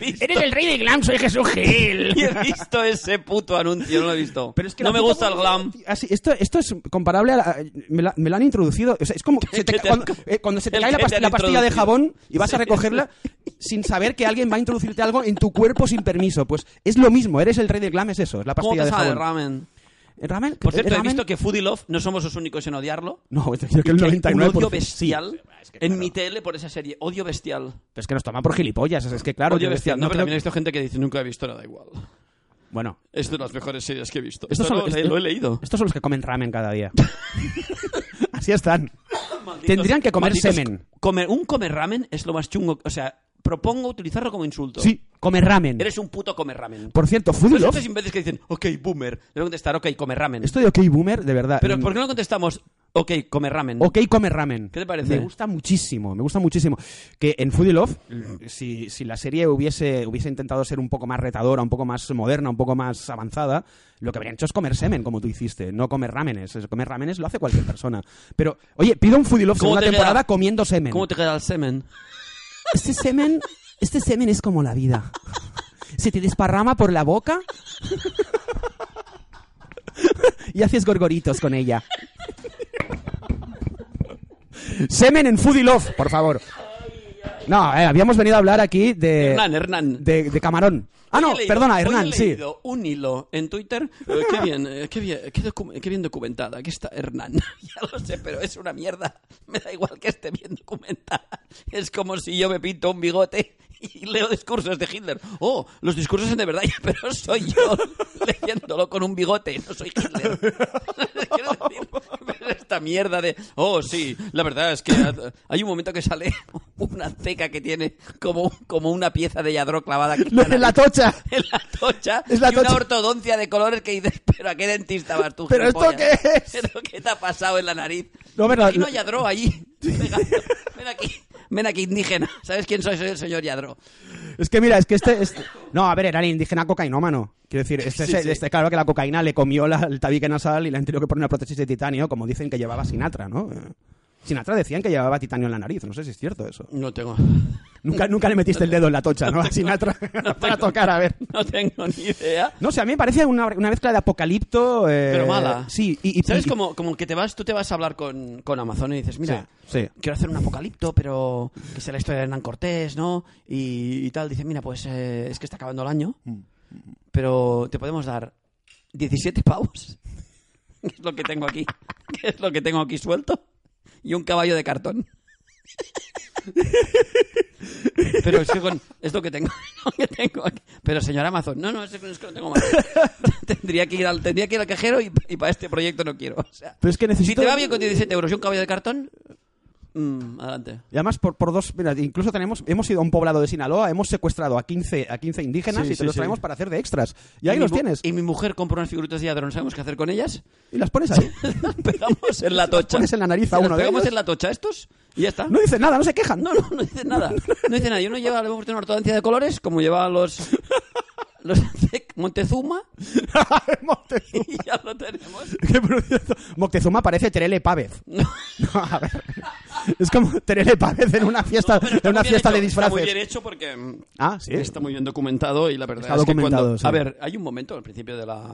A: visto-
B: Eres el rey del glam, soy Jesús Gil.
A: Y he visto ese puto anuncio, no lo he visto.
B: Pero es que
A: no
B: la
A: me gusta
B: puta
A: el
B: madre-
A: glam.
B: Ah, sí, esto, esto es comparable a. la- me, la, me la han introducido. O sea, es como. se te
A: que
B: ca-
A: te han
B: cuando,
A: co-
B: eh, cuando se te
A: el
B: cae la,
A: que te
B: past-
A: han
B: la pastilla de
A: introducido.
B: jabón y vas a
A: Sí.
B: recogerla sin saber que alguien va a introducirte algo en tu cuerpo sin permiso. Pues es lo mismo, eres el rey del glam, es eso, es la
A: ¿Cómo
B: pastilla
A: te
B: de
A: sabe
B: jabón. ¿Eh,
A: el ramen?
B: ¿El ramen?
A: Por
B: ¿El
A: cierto, he
B: ramen?
A: visto que Foodie Love no somos los únicos en odiarlo.
B: No, yo creo que el
A: Que hay
B: 99%.
A: un odio
B: por- sí.
A: bestial en mi tele por esa serie. Odio bestial.
B: Pero Es que nos toman por gilipollas, es que claro.
A: odio
B: yo decía,
A: bestial. No, pero
B: creo-
A: también he visto gente que dice nunca he visto nada igual.
B: Bueno,
A: Es de las mejores series que he visto.
B: estos
A: Esto
B: son,
A: lo,
B: est-
A: lo he leído.
B: Estos son los que comen ramen cada día. Así están.
A: Malditos-
B: Tendrían que comer
A: malditos-
B: semen.
A: comer- un comer ramen es lo más chungo. O sea, propongo utilizarlo como insulto.
B: Sí, comer ramen.
A: Eres Pues un puto comer ramen.
B: Por cierto, Foodie
A: Entonces,
B: Love.
A: estos imbéciles que dicen, ok, boomer, le voy a contestar, ok, comer ramen.
B: Esto de OK Boomer, de verdad.
A: Pero
B: mm,
A: ¿por qué no contestamos, ok, comer ramen?
B: OK come ramen.
A: ¿Qué te parece?
B: Me gusta muchísimo, me gusta muchísimo. Que en Foodie Love, si, si la serie hubiese, hubiese intentado ser un poco más retadora, un poco más moderna, un poco más avanzada, lo que habrían hecho es comer semen, como tú hiciste, no comer ramenes. Es- Comer ramenes lo hace cualquier persona. Pero, oye, pido un Foodie Love
A: ¿Cómo
B: segunda
A: te queda?
B: temporada comiendo semen.
A: ¿Cómo te queda el semen?
B: Este semen, este semen es como la vida. Se te desparrama por la boca y haces gorgoritos con ella. Semen en Foodie Love, por favor. No, eh, habíamos venido a hablar aquí de,
A: Hernán, Hernán.
B: de, de camarón. Ah,
A: Hoy
B: no,
A: he leído-
B: perdona,
A: hoy
B: Hernán,
A: he
B: sí.
A: leído un hilo en Twitter. eh, qué, bien, eh, qué, bien, qué, docu- qué bien documentada. Aquí está Hernán. ya lo sé, pero es una mierda. Me da igual que esté bien documentada. Es como si yo me pinto un bigote y leo discursos de Hitler. Oh, los discursos son de verdad, pero soy yo leyéndolo con un bigote. No soy Hitler. Quiero decir, esta mierda de. Oh, sí, la verdad es que hay un momento que sale una ceca que tiene como, como una pieza de yadro clavada. aquí en
B: Lo
A: la
B: de la
A: nariz
B: tocha.
A: en la tocha
B: Es la
A: y una
B: tocha.
A: ortodoncia de colores que dices, pero ¿a qué dentista vas tú?
B: ¿Pero esto
A: gilipollas?
B: qué es?
A: ¿Pero qué te ha pasado en la nariz?
B: No, pero-
A: Imagino a Yadro allí. Venga, ven aquí, ven aquí, indígena. ¿Sabes quién soy? Soy el señor Yadro.
B: Es que mira, es que este, este- No, a ver, era el indígena cocainómano. Quiero decir, este,
A: Sí,
B: es-
A: sí.
B: este, claro que la cocaína le comió la- el tabique nasal y le han tenido que poner una prótesis de titanio, como dicen que llevaba Sinatra, ¿no? Eh, Sinatra decían que llevaba titanio en la nariz, no sé si es cierto eso.
A: No tengo.
B: Nunca, nunca le metiste el dedo en la tocha, ¿no? A Sinatra, para tocar, a ver.
A: No tengo ni idea.
B: No sé, a mí me parece una, una mezcla de apocalipto... eh,
A: Pero mala.
B: Sí, y... y-
A: ¿Sabes
B: y-
A: como, como que te vas, tú te vas a hablar con, con Amazon y dices, mira,
B: Sí, sí.
A: quiero hacer un apocalipto, pero que sea la historia de Hernán Cortés, ¿no? Y, y tal. Dice, mira, pues eh, es que está acabando el año,
B: Mm,
A: pero te podemos dar 17 pavos, que es lo que tengo aquí, que es lo que tengo aquí suelto, y un caballo de cartón. Pero es que con esto que tengo, lo que tengo aquí- Pero señor Amazon, no, no, es que es que no tengo más. tendría, que ir al, tendría que ir al cajero y, y para este proyecto no quiero. O sea,
B: Pero es que
A: si
B: necesito...
A: te va bien con 17 euros y un caballo de cartón, mm, adelante.
B: Y además, por, por dos. Mira, incluso tenemos, hemos ido a un poblado de Sinaloa, hemos secuestrado a 15, a 15 indígenas
C: Sí,
B: y te
C: sí,
B: los
C: sí.
B: traemos para hacer de extras. Y ahí
A: mi
B: los
A: mu-
B: tienes.
A: Y mi mujer compra unas figuritas de ladrón, ¿sabemos qué hacer con ellas?
B: Y las pones ahí.
A: Las pegamos en la tocha.
B: pones en la nariz a
A: Se las
B: uno de
A: pegamos
B: ellos.
A: en la tocha estos y ya está.
B: No dicen nada, no se quejan.
A: No, no, no dice nada. No dice nada. Y uno lleva a lo mejor tiene una ortodoncia de colores, como lleva los. los de Montezuma,
B: Moctezuma.
A: y ya lo tenemos.
B: Que, por cierto, Moctezuma parece Terele Pávez.
A: No,
B: No, a ver. Es como Terele Pávez en una fiesta,
A: pero está
B: en una
A: muy bien
B: fiesta de
A: hecho, Está muy
B: disfraces.
A: bien hecho porque. mm,
B: Ah, sí.
A: Está muy bien documentado y la verdad
B: Está
A: es que
B: documentado,
A: cuando...
B: sí.
A: A ver, hay un momento al principio de la,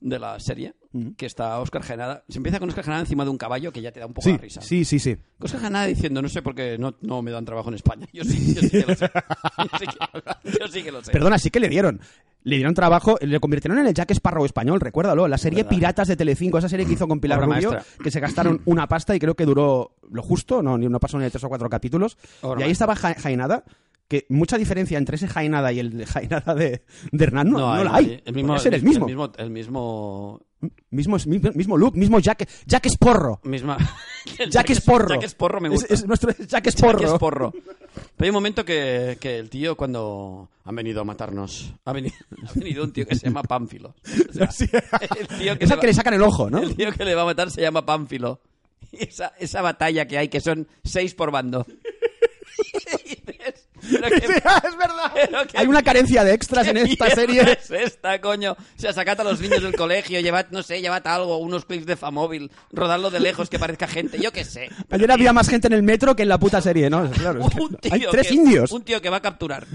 A: de la serie que está Oscar Janada. Se empieza con Oscar Janada encima de un caballo que ya te da un poco
B: Sí,
A: de risa.
B: sí, sí, sí.
A: Oscar Janada diciendo, no sé por qué no, no me dan trabajo en España. Yo sí, yo sí que lo sé. Yo sí que, yo sí que lo sé.
B: Perdona, sí que le dieron. Le dieron trabajo, le convirtieron en el Jack Sparrow español, recuérdalo, la serie
A: Verdad.
B: Piratas de Telecinco, esa serie que hizo con Pilar
A: Obra
B: Rubio,
A: maestra.
B: que se gastaron una pasta y creo que duró lo justo, no, ni no pasó ni de tres o cuatro capítulos.
A: Obra
B: y ahí estaba Ja- Jaenada, que mucha diferencia entre ese Jaenada y el Jaenada de, de Hernán no, no
A: hay-
B: la hay.
A: El mismo,
B: Podría ser el
A: el
B: mismo.
A: mismo, el mismo
B: Mismo, es- mi- mismo look, mismo Jack, Jack Sporro.
A: misma. el
B: Jack Sporro.
A: Jack Sporro me gusta.
B: Es, es nuestro Jack
A: Jack
B: Sporro.
A: Sporro. Pero hay un momento que, que el tío, cuando han venido a matarnos, ha veni- ha venido, un tío que se llama Pánfilo. O sea,
B: Sí.
A: el, tío que
B: Es
A: le
B: el que le
A: va,
B: sacan el ojo, ¿no?
A: el tío que le va a matar se llama Pánfilo. Y esa, esa batalla que hay, que son seis por bando. Y dices, ¿pero qué-
B: Sí, es verdad.
A: pero qué
B: Hay una carencia de extras en
A: ¿Qué
B: esta
A: mierda
B: serie.
A: es esta, coño? O sea, sacad a los niños del colegio, llevad, no sé, llevad algo, unos clips de Famóvil, rodadlo de lejos que parezca gente, yo qué sé.
B: Ayer había más gente en el metro que en la puta serie, ¿no? Claro, es que
A: Un tío
B: hay tres
A: que-
B: indios.
A: Un tío que va a capturar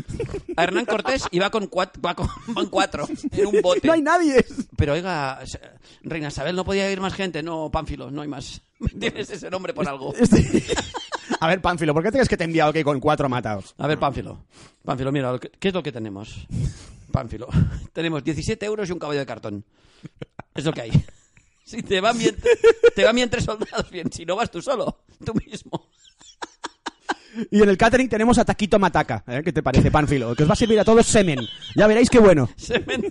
A: a Hernán Cortés y va con, cuatro, va con- van cuatro en un bote.
B: No hay nadie.
A: Pero oiga, se- Reina Isabel, no podía ir más gente. No, Pánfilo, no hay más. Tienes ese nombre por algo.
B: Este- A ver, Pánfilo, ¿por qué tienes que te he enviado aquí con cuatro matados?
A: A ver, Pánfilo. Pánfilo, mira, lo que- ¿qué es lo que tenemos? Pánfilo. Tenemos 17 euros y un caballo de cartón. Es lo que hay. Si te van bien, te van bien tres soldados, bien. Si no vas tú solo, tú mismo.
B: Y en el catering tenemos a Taquito Mataca. ¿eh? ¿Qué te parece, Pánfilo? Que os va a servir a todos semen. Ya veréis qué bueno.
A: Se ven,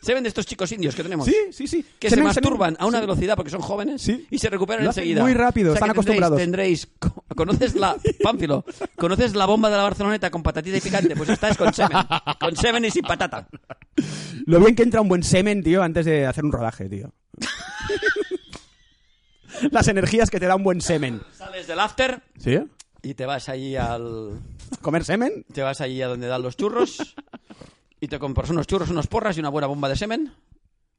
A: se ven de estos chicos indios que tenemos.
B: Sí, sí, sí.
A: Que
B: Semen,
A: se masturban
B: semen.
A: a una
B: Sí.
A: velocidad porque son jóvenes
B: Sí.
A: y se recuperan
B: Lo hacen
A: enseguida.
B: muy rápido,
A: O sea,
B: están
A: que tendréis-
B: acostumbrados.
A: Tendréis, co- conoces la Pánfilo, conoces la bomba de la Barceloneta con patatita y picante, pues esta es con semen, con semen y sin patata.
B: Lo bien que entra un buen semen, tío, antes de hacer un rodaje, tío. Las energías que te da un buen semen.
A: Sales del after
B: ¿Sí?
A: y te vas allí al
B: ¿Comer semen?
A: te vas allí a donde dan los churros y te compras unos churros, unos porras y una buena bomba de semen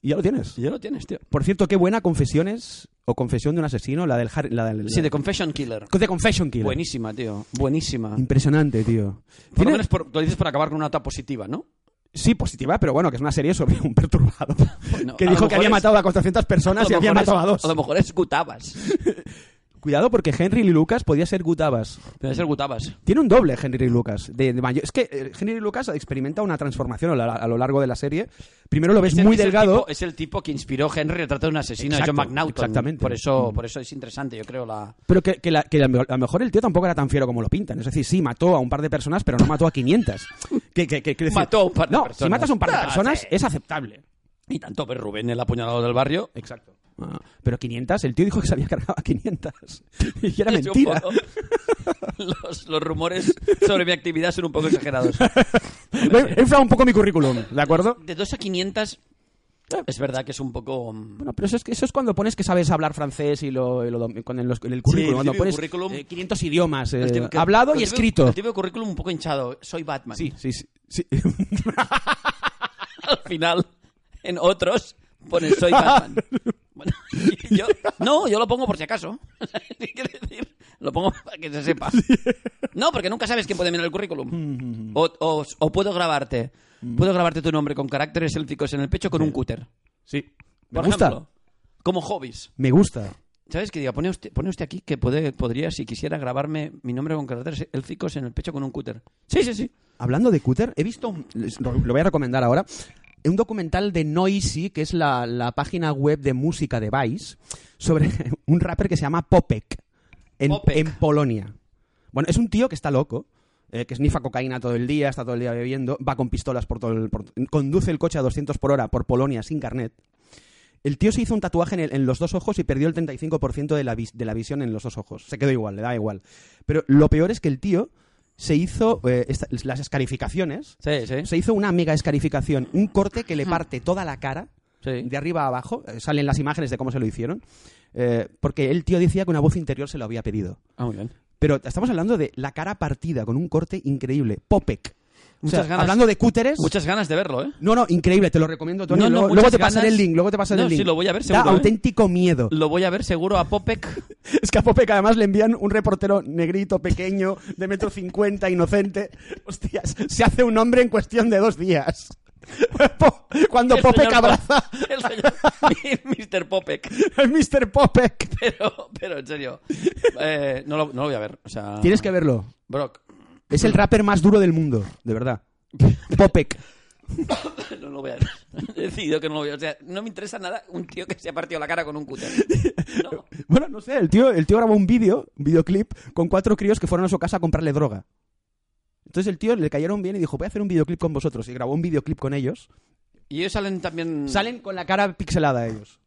B: Y ya lo tienes.
A: y ya lo tienes, tío.
B: Por cierto, qué buena confesiones o confesión de un asesino, la del... Har- La del
A: Sí, de Confession Killer.
B: de Confession Killer.
A: Buenísima, tío. Buenísima.
B: Impresionante, tío.
A: Por
B: Tiene-
A: lo menos por- lo dices para acabar con una nota positiva, ¿no?
B: Sí, positiva, pero bueno, que es una serie sobre un perturbado
A: Bueno,
B: que
A: a lo
B: dijo
A: mejor
B: que había
A: es-
B: matado a 400 personas y
A: A lo
B: había
A: mejor es-
B: matado a dos.
A: A lo mejor es Gutabas.
B: Cuidado porque Henry Lee Lucas podía ser Gutabas.
A: Debe ser Gutabas.
B: Tiene un doble Henry Lee Lucas. De, de mayo- Es que eh, Henry Lee Lucas experimenta una transformación a, la- a lo largo de la serie. Primero lo ves
A: Es el-
B: muy
A: es el
B: delgado.
A: tipo- es el tipo que inspiró Henry el trato de un asesino,
B: Exacto,
A: John McNaughton.
B: exactamente.
A: Por eso, por eso es interesante, yo creo, la...
B: Pero que, que la- que a lo mejor el tío tampoco era tan fiero como lo pintan. Es decir, sí, mató a un par de personas, pero no mató a 500. Que- que- que- que decir-
A: Mató a un par de
B: no,
A: personas.
B: si matas a un par de
A: Ah,
B: personas
A: sí.
B: es aceptable.
A: Y tanto, ver Rubén, el apuñalado del barrio.
B: Exacto. Ah, pero 500, el tío dijo que se había cargado a 500. Y era
A: es un
B: mentira.
A: poco- los, los rumores sobre mi actividad son un poco exagerados.
B: He inflado un poco mi currículum, ¿de acuerdo?
A: De 2 a 500 es verdad que es un poco... mm,
B: Bueno, pero eso es, que- eso es cuando pones que sabes hablar francés y lo, y lo dom- con el, los- en el currículum.
A: el
B: cuando
A: típico
B: pones
A: currículum.
B: eh, 500 idiomas, eh,
A: el tipo que-
B: hablado
A: el
B: y
A: tipo-
B: escrito.
A: El tipo de currículum un poco hinchado. Soy Batman.
B: Sí, sí, sí. sí.
A: Al final, en otros, ponen soy Batman. Bueno, y yo- no, yo lo pongo por si acaso. Quiero decir, lo pongo para que se sepa. No, porque nunca sabes quién puede mirar el
B: Mm,
A: currículum. O, o- o puedo grabarte. Puedo grabarte tu nombre con caracteres élficos en el pecho con un cúter.
B: Sí. Me
A: Por
B: gusta.
A: ejemplo, como hobbies.
B: Me gusta.
A: ¿Sabes qué diga? Pone usted, pone usted aquí que puede, podría, si quisiera, grabarme mi nombre con caracteres élficos en el pecho con un cúter. Sí, sí, sí.
B: Hablando de cúter, he visto, un- les- lo lo voy a recomendar ahora, un documental de Noisy, que es la, la página web de música de Vice, sobre un rapper que se llama Popek, en,
A: Popek.
B: en Polonia. Bueno, es un tío que está loco. eh, que snifa cocaína todo el día, está todo el día bebiendo, va con pistolas por todo el... por- conduce el coche a 200 por hora por Polonia sin carnet. El tío se hizo un tatuaje en, el- en los dos ojos y perdió el 35% de la, vis- de la visión en los dos ojos. Se quedó igual, le da igual. Pero lo peor es que el tío se hizo eh, esta- las escarificaciones. eh,
A: Sí, sí.
B: Se hizo una mega escarificación, un corte que le parte toda la cara,
A: Sí.
B: de arriba a abajo. Eh, Salen las imágenes de cómo se lo hicieron. Eh, porque el tío decía que una voz interior se lo había pedido.
A: Ah, muy bien.
B: Pero estamos hablando de la cara partida con un corte increíble. Popek. O sea,
A: Muchas ganas-
B: hablando de cúteres.
A: Muchas ganas de verlo, ¿eh?
B: No, no, increíble, te lo recomiendo, Tony.
A: No, no,
B: luego,
A: muchas
B: luego te
A: ganas.
B: pasaré el link, luego te pasaré
A: No,
B: el link.
A: sí, lo voy a ver
B: Da
A: seguro, ¿eh?
B: auténtico miedo.
A: Lo voy a ver seguro a Popek.
B: Es que a Popek además le envían un reportero negrito, pequeño, de metro cincuenta, inocente. Hostias, se hace un hombre en cuestión de dos días. Po- Cuando
A: El
B: Popek
A: señor Pop-
B: abraza
A: El señor Mr. Popek.
B: al Mr. Popek.
A: Pero, pero en serio. eh, no, lo, no lo voy a ver. O sea,
B: Tienes que verlo.
A: Brock.
B: Es el rapper más duro del mundo, de verdad. Popek.
A: No lo voy a ver. He decidido que no lo voy a ver. O sea, no me interesa nada un tío que se ha partido la cara con un cúter. No.
B: Bueno, no sé, el tío, el tío grabó un vídeo, un videoclip, con cuatro críos que fueron a su casa a comprarle droga. Entonces el tío le cayeron bien y dijo, voy a hacer un videoclip con vosotros. Y grabó un videoclip con ellos.
A: Y ellos salen también.
B: Salen con la cara pixelada ellos.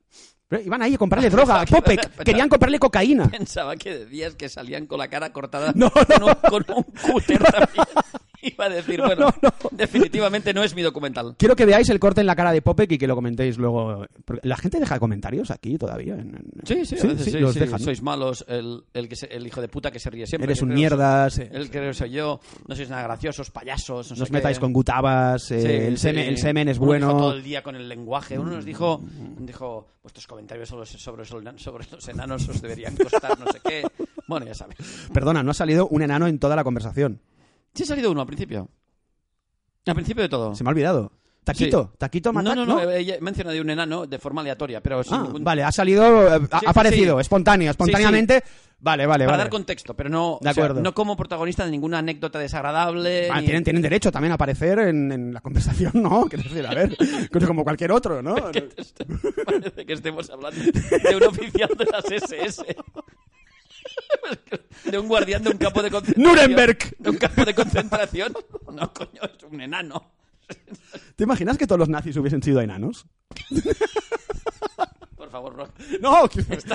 B: Pero iban ahí a comprarle droga, Popek. Querían comprarle cocaína.
A: Pensaba que decías que salían con la cara cortada
B: No,
A: con,
B: no.
A: Un, con un cúter también. Iba a decir, bueno,
B: no, no.
A: definitivamente no es mi documental.
B: Quiero que veáis el corte en la cara de Popek y que lo comentéis luego. Porque La gente deja comentarios aquí todavía. en- en-
A: Sí, sí, a veces sí,
B: los
A: sí.
B: dejan.
A: Sois malos, el, el que se- el hijo de puta que se ríe siempre.
B: Eres
A: que
B: un
A: creo-
B: mierda, sí.
A: El que creo soy yo, no sois nada graciosos, payasos. No
B: nos
A: sé
B: metáis
A: qué.
B: con gutabas, eh,
A: Sí,
B: el,
A: sí.
B: semen, el semen es
A: Uno
B: bueno. Mm.
A: dijo todo el día con el lenguaje. Uno nos dijo, dijo vuestros comentarios sobre, sobre, los- sobre los enanos os deberían costar no sé qué. Bueno, ya sabes.
B: Perdona, no ha salido un enano en toda la conversación.
A: Sí ha salido uno al principio. Al principio de todo.
B: Se me ha olvidado. Taquito,
A: Sí.
B: Taquito
A: No,
B: Matac,
A: no, no, eh, eh, menciona de un enano de forma aleatoria, pero sin
B: Ah,
A: ningún-
B: Vale, ha salido, eh, ha
A: Sí,
B: ha aparecido,
A: sí.
B: espontáneo, espontáneamente. Vale, vale,
A: para
B: vale.
A: dar contexto, pero no, o
B: De
A: sea,
B: acuerdo.
A: no como protagonista de ninguna anécdota desagradable.
B: Ah,
A: ni-
B: tienen, tienen derecho también a aparecer en, en la conversación, ¿no? Quiero decir, a ver, como cualquier otro, ¿no?
A: Parece que estemos hablando de un oficial de las SS. De un guardián de un campo de concentración.
B: Nuremberg.
A: De un campo de concentración. No, coño, es un enano.
B: ¿Te imaginas que todos los nazis hubiesen sido enanos?
A: Por favor, Rock.
B: No,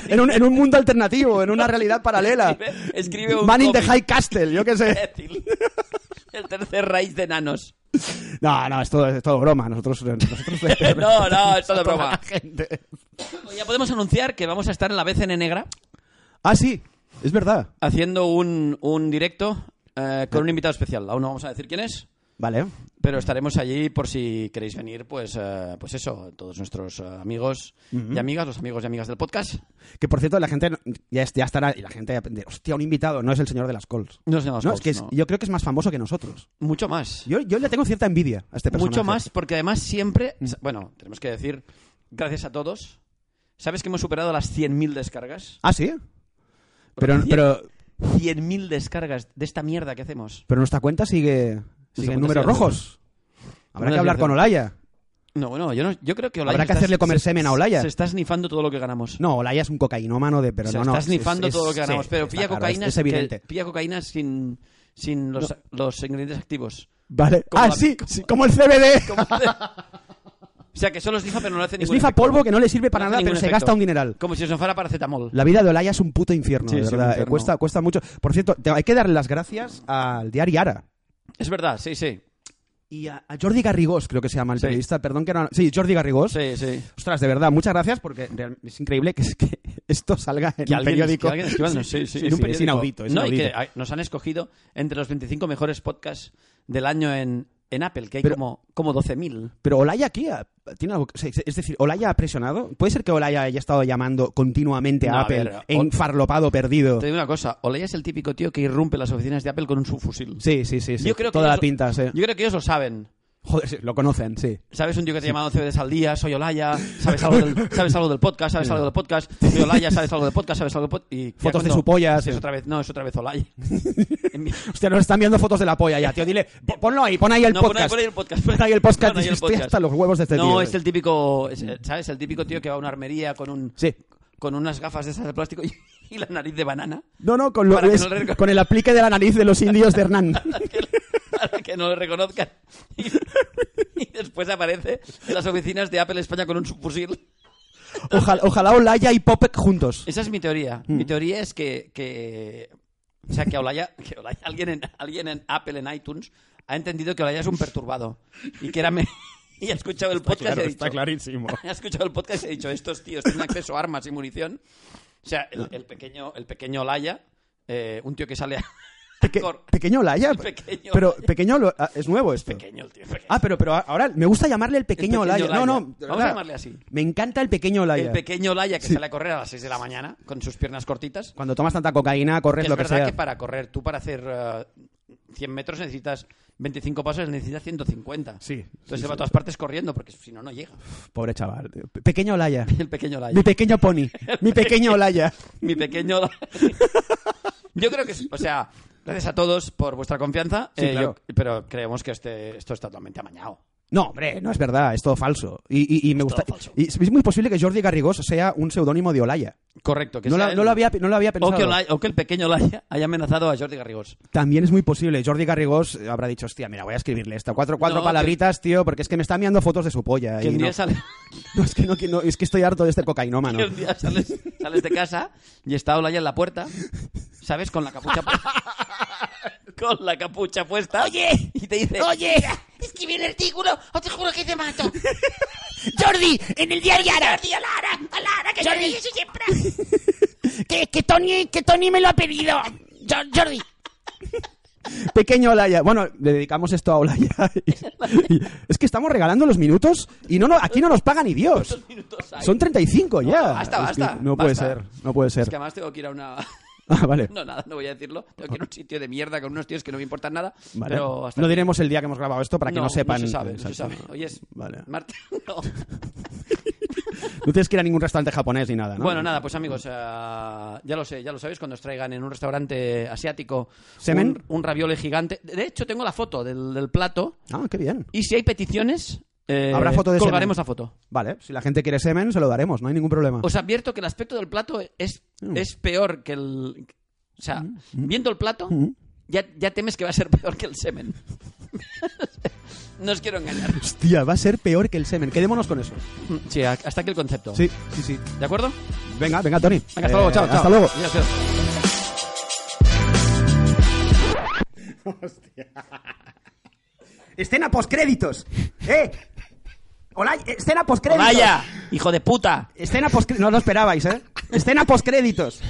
B: en un, en un mundo alternativo, en una realidad paralela.
A: Escribe- escribe un
B: Man in the
A: cómic.
B: High Castle, yo qué sé.
A: Imbécil. El tercer raíz de enanos.
B: No, no, es todo, es todo broma. Nosotros, nosotros
A: No, no, es todo broma.
B: La gente.
A: Ya podemos anunciar que vamos a estar en la BCN Negra
B: Ah, sí, es verdad.
A: haciendo un, un directo eh, con un invitado especial. Aún no vamos a decir quién es.
B: Vale.
A: Pero estaremos allí por si queréis venir, pues, eh, pues eso, todos nuestros eh, amigos y amigas, los amigos y amigas del podcast.
B: Que por cierto, la gente ya, es- ya estará. Y la gente. de, Hostia, un invitado, no es el señor de las calls.
A: No es nada más
B: No,
A: Colts,
B: es que es-
A: no.
B: yo creo que es más famoso que nosotros.
A: Mucho más.
B: Yo, yo le tengo cierta envidia a este personaje. Mm.
A: Mucho más, porque además siempre, bueno, tenemos que decir, gracias a todos. ¿Sabes que hemos superado las 100.000 descargas?
B: Ah, sí. Pero, pero,
A: 100.000 descargas de esta mierda que hacemos.
B: pero nuestra cuenta sigue, sigue
A: cuenta
B: en números
A: sigue en
B: rojos. Habrá
A: Números
B: que hablar
A: rojos.
B: con Olaya.
A: No, bueno, yo, no- yo creo que Olaya
B: Habrá
A: se
B: que
A: está-
B: hacerle comer
A: se-
B: semen a Olaya.
A: Se está snifando todo lo que ganamos.
B: No, Olaya es un cocainómano de. Pero
A: O sea,
B: no, no.
A: está
B: es-
A: snifando
B: es-
A: todo lo que ganamos,
B: sí,
A: pero
B: está
A: pilla
B: claro,
A: cocaína,
B: es- es
A: que-
B: evidente.
A: pilla cocaína sin, sin los, los ingredientes activos.
B: Vale.
A: como
B: ah,
A: la-
B: sí, sí, como el CBD.
A: o sea, que solo snifa, pero no le hace ningún
B: Snifa
A: efecto.
B: polvo que no le sirve para
A: No hace
B: nada, pero
A: ningún
B: se
A: efecto.
B: gasta un dineral.
A: Como si eso fuera paracetamol.
B: La vida de Olaya es un puto infierno,
A: Sí,
B: de
A: sí, un
B: verdad. eh,
A: infierno.
B: Cuesta, cuesta mucho. Por cierto, te- hay que darle las gracias al diario Ara.
A: Es verdad, sí, sí.
B: Y a, a Jordi Garrigós, creo que se llama el
A: Sí.
B: periodista. Perdón que no. Sí, Jordi Garrigós.
A: Sí, sí.
B: Ostras, de verdad, muchas gracias porque real- es increíble que, es que esto salga en
A: Que
B: un
A: alguien-
B: periódico.
A: que alguien escriba- sí, sí, en un
B: sí, Es
A: periódico.
B: inaudito, es
A: no,
B: inaudito.
A: Y que ay, nos han escogido entre los 25 mejores podcasts del año en, en Apple, que hay
B: Pero-
A: como, como 12.000.
B: Pero Olaya aquí ha- tiene algo, o sea, es decir, Olaya ha presionado. Puede ser que Olaya haya estado llamando continuamente a
A: No, a
B: Apple
A: ver,
B: en
A: o-
B: farlopado perdido.
A: Te digo una cosa, Olaya es el típico tío que irrumpe en las oficinas de Apple con un subfusil.
B: Sí, sí, sí, sí.
A: Yo creo que
B: Toda la
A: ellos-
B: pinta, sí.
A: Yo creo que ellos lo saben.
B: Joder, sí, lo conocen, sí.
A: ¿Sabes un tío que te ha llamado 12 veces al día? Soy Olaya, ¿sabes algo del, sabes algo del podcast? ¿Sabes algo del podcast? Soy Olaya, ¿sabes algo del podcast? ¿Sabes algo del podcast? Y ya
B: Fotos de
A: cuando-
B: su polla, sí.
A: Es otra vez, no, es otra vez Olaya. Envi-
B: Hostia, nos están viendo fotos de la polla ya, tío. Dile, po- ponlo ahí, pon ahí el
A: No, pon ahí-
B: podcast.
A: pon ahí el podcast.
B: Pon ahí el podcast.
A: Pon ahí el
B: Estoy
A: podcast.
B: hasta los huevos de este
A: no,
B: tío.
A: es el típico, es- ¿sabes? El típico tío que va a una armería con un,
B: Sí.
A: con unas gafas de esas de plástico y, y la nariz de banana
B: No, no, con, lo-
A: Para que
B: es-
A: no le reco-
B: con el aplique de la nariz de los indios de Hernán.
A: para que no lo reconozcan. Y, y después aparece en las oficinas de Apple España con un subfusil.
B: Ojalá, ojalá Olaya y Popek juntos.
A: Esa es mi teoría. Mi teoría es que, que- o sea, que Olaya, que Olaya- alguien, en, alguien en Apple, en iTunes, ha entendido que Olaya es un perturbado y que era... me- y ha escuchado el podcast y ha dicho...
C: clarísimo.
A: Ha escuchado el podcast y ha dicho, estos tíos tienen acceso a armas y munición. O sea, el, el pequeño, el pequeño Olaya, eh, un tío que sale a...
B: Peque-
A: cor-
B: pequeño Olaya.
A: Pequeño
B: Pero pequeño Lo- ah, es nuevo esto.
A: Pequeño el tío, pequeño.
B: Ah, pero, pero ahora me gusta llamarle el
A: pequeño
B: pequeño, Olaya.
A: Olaya.
B: No, no.
A: Vamos
B: de
A: a
B: verdad.
A: llamarle así.
B: Me encanta el pequeño Olaya.
A: El pequeño Laya que sale a correr a las 6 de la mañana con sus piernas cortitas.
B: Cuando tomas tanta cocaína, corres
A: Que
B: lo
A: es
B: que
A: verdad
B: sea.
A: que para correr, tú para hacer eh, 100 metros necesitas 25 pasos, necesitas 150.
B: Sí,
A: Entonces se va a todas partes corriendo porque si no, no llega.
B: Pobre chaval. tío. Pe- Pequeño Olaya.
A: El pequeño Laya.
B: Mi pequeño pony. Mi pequeño Olaya.
A: Mi pequeño. yo creo que, es- o sea, gracias a todos por vuestra confianza.
B: Sí,
A: eh,
B: claro.
A: yo- pero creemos que este, esto está totalmente amañado.
B: No, hombre, no es verdad, es todo falso. Y, y- y me gusta.
A: todo falso.
B: Y es muy posible que Jordi Garrigós sea un seudónimo de Olaya.
A: Correcto. Que
B: No,
A: sea
B: la-
A: él.
B: no lo había, no lo había
A: o
B: pensado.
A: que, Olaya- o que el pequeño Laya haya amenazado a Jordi Garrigós.
B: También es muy posible. Jordi Garrigós eh, habrá dicho, hostia, mira, voy a escribirle esto. Cuatro, cuatro
A: No,
B: palabritas, tío, porque es que me está enviando fotos de su polla.
A: Que
B: y
A: un día
B: no-
A: sale.
B: no, es que no, que no, es que estoy harto de este cocainómano.
A: Y un día sales, sales de casa y está Olaya en la puerta, ¿sabes? Con la capucha puesta. Con la capucha puesta. ¡Oye! Y te dice... ¡Oye!
D: Escribí el artículo o te juro que te mato. Jordi, en el diario Ara. Jordi, Alara, Alara, que Jordi. eso siempre. que, que, Tony, que Tony me lo ha pedido. Jo- Jordi.
B: Pequeño Olaya. Bueno, le dedicamos esto a Olaya. Y- y- es que estamos regalando los minutos y no, no, aquí no nos paga ni Dios.
A: minutos hay.
B: Son 35 ya.
A: No, basta,
B: Es que
A: basta,
B: no puede
A: basta.
B: ser, no puede
A: Es
B: ser.
A: que además tengo que ir a una...
B: Ah, vale.
A: No, nada, no voy a decirlo. Tengo que ir a un sitio de mierda con unos tíos que no me importan nada.
B: Vale.
A: Pero hasta
B: No diremos el día que hemos grabado esto para que no, sepan.
A: No se sabe, no se
B: Exacto.
A: sabe. Oye, es
B: Vale.
A: martes. No.
B: Ah, No tienes que ir a ningún restaurante japonés ni nada, ¿no?
A: Bueno, nada, pues amigos, eh, ya lo sé, ya lo sabéis, cuando os traigan en un restaurante asiático
B: ¿Semen?
A: Un, un raviole gigante. De hecho, tengo la foto del, del plato.
B: Ah, qué bien.
A: Y si hay peticiones, eh,
B: Habrá foto de
A: colgaremos
B: semen.
A: la foto.
B: Vale, si la gente quiere semen, se lo daremos, no hay ningún problema.
A: Os advierto que el aspecto del plato es,
B: Mm.
A: es peor que el... O sea, viendo el plato,
B: Mm.
A: ya, ya temes que va a ser peor que el semen. no os quiero engañar.
B: Hostia, va a ser peor que el semen. Quedémonos con eso.
A: Sí, a- hasta aquí el concepto.
B: Sí, sí, sí.
A: ¿De acuerdo?
B: Venga, venga, Tony.
A: Venga, hasta luego,
B: Eh,
A: chao, chao.
B: Hasta luego.
A: Adiós, adiós.
E: Escena postcréditos. ¡Eh! Hola, escena postcréditos.
A: Vaya, hijo de puta.
B: Escena post No lo esperabais, ¿eh? Escena postcréditos.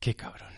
C: Qué cabrón.